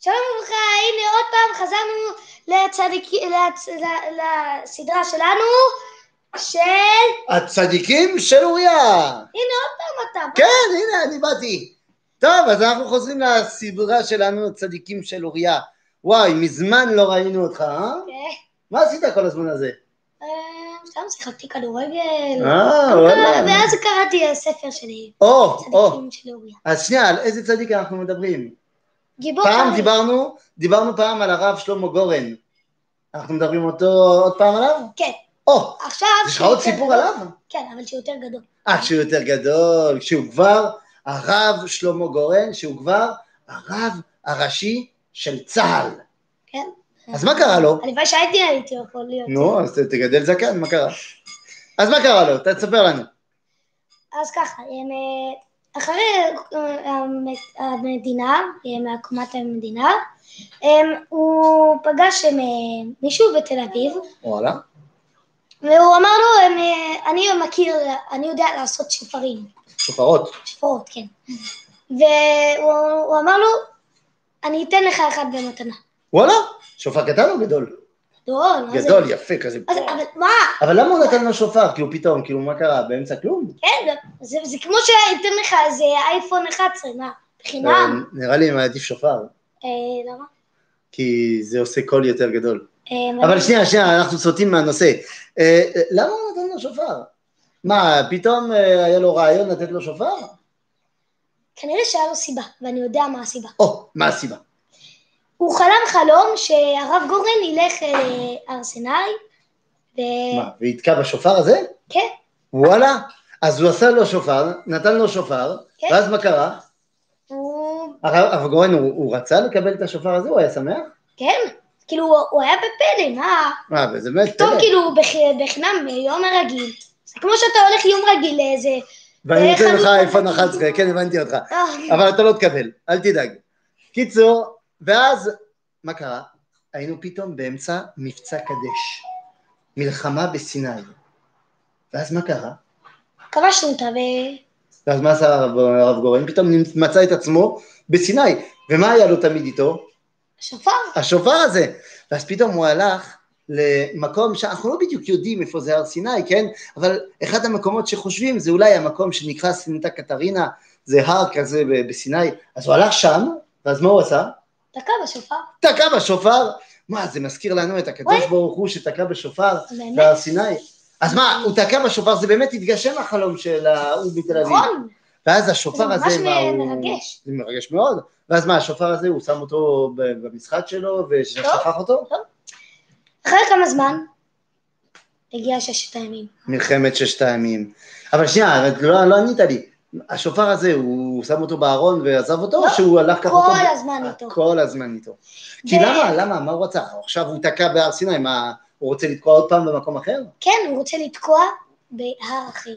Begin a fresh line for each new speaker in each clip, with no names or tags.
שלום וברכה, הנה עוד פעם חזרנו לצדיק- לצ- ל- לסדרה שלנו של...
הצדיקים של אוריה.
הנה עוד פעם אתה.
כן, הנה, אני באתי. טוב, אז אנחנו חוזרים לסדרה שלנו, הצדיקים של אוריה. וואי, מזמן לא ראינו אותך, אה?
אוקיי.
מה עשית כל הזמן הזה?
אה, סתם שיחקתי כדורגל.
אה, וואלה.
ואז קראתי הספר שלי,
או, או.
צדיקים של אוריה.
אז שנייה, על איזה צדיק אנחנו מדברים?
גיבור
פעם
חיים.
דיברנו, דיברנו פעם על הרב שלמה גורן. אנחנו מדברים אותו עוד פעם עליו?
כן.
או,
עכשיו...
יש לך
שהוא
עוד
יותר
סיפור
גדול.
עליו?
כן, אבל שהוא יותר גדול.
אה, כשהוא יותר גדול, כשהוא כבר הרב שלמה גורן, שהוא כבר הרב הראשי של צה"ל.
כן.
אז מה קרה לו?
הלוואי שהייתי הייתי יכול להיות.
נו, אז תגדל זקן, מה קרה? אז מה קרה לו? תספר לנו.
אז ככה, הם, אה, אחרי אה, המ- המדינה, אה, מהקמת המדינה, הם, הוא פגש עם אה, מישהו בתל אביב,
וואלה.
והוא אמר לו, הם, אה, אני מכיר, אני יודע לעשות שופרים,
שופרות.
שופרות, כן. והוא הוא אמר לו, אני אתן לך אחד במתנה.
וואלה? שופר קטן או גדול?
גדול, מה אה, זה?
גדול, יפה, כזה.
אז, אבל מה?
אבל למה הוא נתן לו שופר? כאילו פתאום, כאילו מה קרה? באמצע כלום?
כן, זה, זה כמו שאתן לך איזה אייפון 11, מה? בחינם?
אה, נראה לי אם עדיף שופר,
אה, למה?
כי זה עושה קול יותר גדול.
אה,
אבל שנייה, שנייה, אנחנו סוטים מהנושא. אה, אה, למה הוא נתן לו שופר? מה, פתאום אה, היה לו רעיון לתת לו שופר?
כנראה שהיה לו סיבה, ואני יודע מה הסיבה.
או, מה הסיבה?
הוא חלם חלום שהרב גורן ילך אה, להר סיני, ו...
מה, ויתקע בשופר הזה?
כן,
וואלה. אז הוא עשה לו שופר, נתן לו שופר,
כן.
ואז מה קרה?
הוא...
הרב הרב גורן, הוא, הוא רצה לקבל את השופר הזה? הוא היה שמח?
כן, כאילו, הוא- הוא היה בפלא, מה?
מה, וזה באמת...
טוב,
פלא.
כאילו, בח- בחינם, יום הרגיל. זה כמו שאתה הולך יום רגיל לאיזה...
ואני
איך
נותן לך
אני-
אייפון 11, כן, הבנתי אותך.
אה,
אבל אתה לא תקבל, אל תדאג. קיצור, ואז, מה קרה? היינו פתאום באמצע מבצע קדש, מלחמה בסיני. ואז מה קרה?
כבשנו אותה, ו-
ואז מה עשה הרב, הרב גורן? פתאום נמצ- מצא את עצמו בסיני. ומה היה לו תמיד איתו?
שופר?
השופר הזה. ואז פתאום הוא הלך למקום שאנחנו לא בדיוק יודעים איפה זה הר סיני, כן? אבל אחד המקומות שחושבים זה אולי המקום שנקרא סנטה קטרינה, זה הר כזה ב- בסיני. אז הוא הלך שם, ואז מה הוא עשה?
דקה בשופר.
תקע בשופר. מה, זה מזכיר לנו את הקדוש
אוי.
ברוך הוא שתקע בשופר
באמת?
בהר סיני. אז מה, הוא תקע בשופר, זה באמת התגשם החלום של ההוא בתל אביב.
נכון,
ואז
זה
השופר
ממש
הזה, מה הוא...
מרגש.
זה מרגש מאוד. ואז מה, השופר הזה, הוא שם אותו ב- במשחק שלו, ושכח אותו?
אחרי כמה זמן, הגיע ששת הימים.
מלחמת ששת הימים. אבל שנייה, את לא, לא ענית לי. השופר הזה, הוא שם אותו בארון ועזב אותו,
לא.
או שהוא הלך ככה אותו?
כל הזמן
אה,
איתו.
כל הזמן איתו. כי
ו-
למה, למה, מה הוא רצה? עכשיו הוא תקע בהר סיני, מה, הוא רוצה לתקוע עוד פעם במקום אחר?
כן, הוא רוצה לתקוע בהר אחר,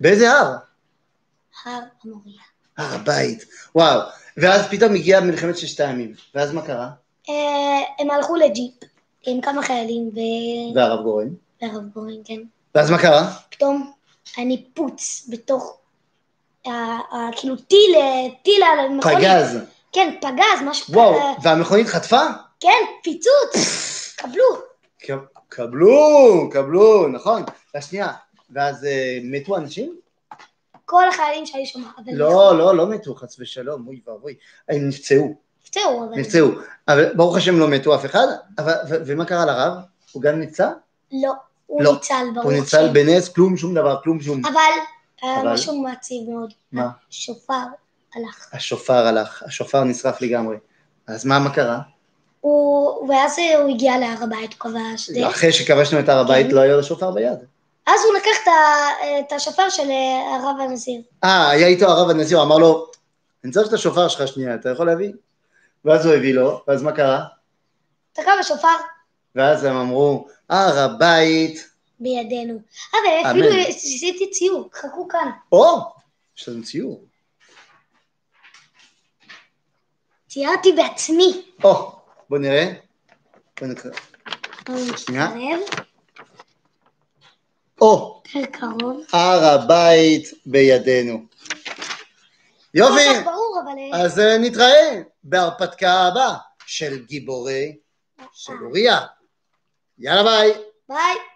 באיזה הר?
הר המוריה.
הר הבית. וואו. ואז פתאום הגיעה מלחמת ששת הימים. ואז מה קרה?
אה, הם הלכו לג'יפ עם כמה חיילים ו...
והרב גורן.
והרב גורן, כן.
ואז מה קרה?
פתאום היה ניפוץ בתוך... ה- ה- כאילו טיל, אה, טיל על המכונית.
פגז.
כן, פגז, משהו
וואו.
כזה.
והמכונית חטפה?
כן, פיצוץ. קבלו.
ק- קבלו, קבלו, נכון. והשנייה, ואז אה, מתו אנשים?
כל החיילים שהיו שם. אבל
לא, לא, לא מתו, חס ושלום, אוי ואבוי. הם נפצעו,
נפצעו, אבל...
נפצעו. אבל ברוך השם לא מתו אף אחד, אבל, ו- ומה קרה לרב? הוא גם ניצל?
לא. הוא
לא.
ניצל, ברור.
הוא ניצל בנס, כלום, שום דבר, כלום, שום.
אבל... היה
אבל-
משהו מעציב מאוד.
מה?
השופר הלך.
השופר הלך, השופר נשרף לגמרי. אז מה, מה קרה?
הוא... ואז הוא הגיע להר הבית, הוא כבש דרך.
אחרי שכבשנו את הר הבית
כן.
לא היה לו שופר ביד.
אז הוא לקח את ה- את השופר של אה, הרב הנזיר.
אה, היה איתו הרב הנשיא, הוא אמר לו, אני צריך את השופר שלך שנייה, אתה יכול להביא? ואז הוא הביא לו, ואז מה קרה?
תקע בשופר
ואז הם אמרו, הר הבית,
בידינו. אבל אפילו
אמן.
עשיתי ציור, חכו כאן.
או, יש לנו ציור.
ציירתי בעצמי.
או, בוא נראה. בוא נקרא. שנייה.
מתקרב,
או,
יותר קרוב.
הר הבית בידינו.
לא כל כך
יופי,
לא ברור, אבל... אה,
אז אה, נתראה בהרפתקה הבאה. אה, של גיבורי של אוריה. יאללה ביי.
אה, ביי.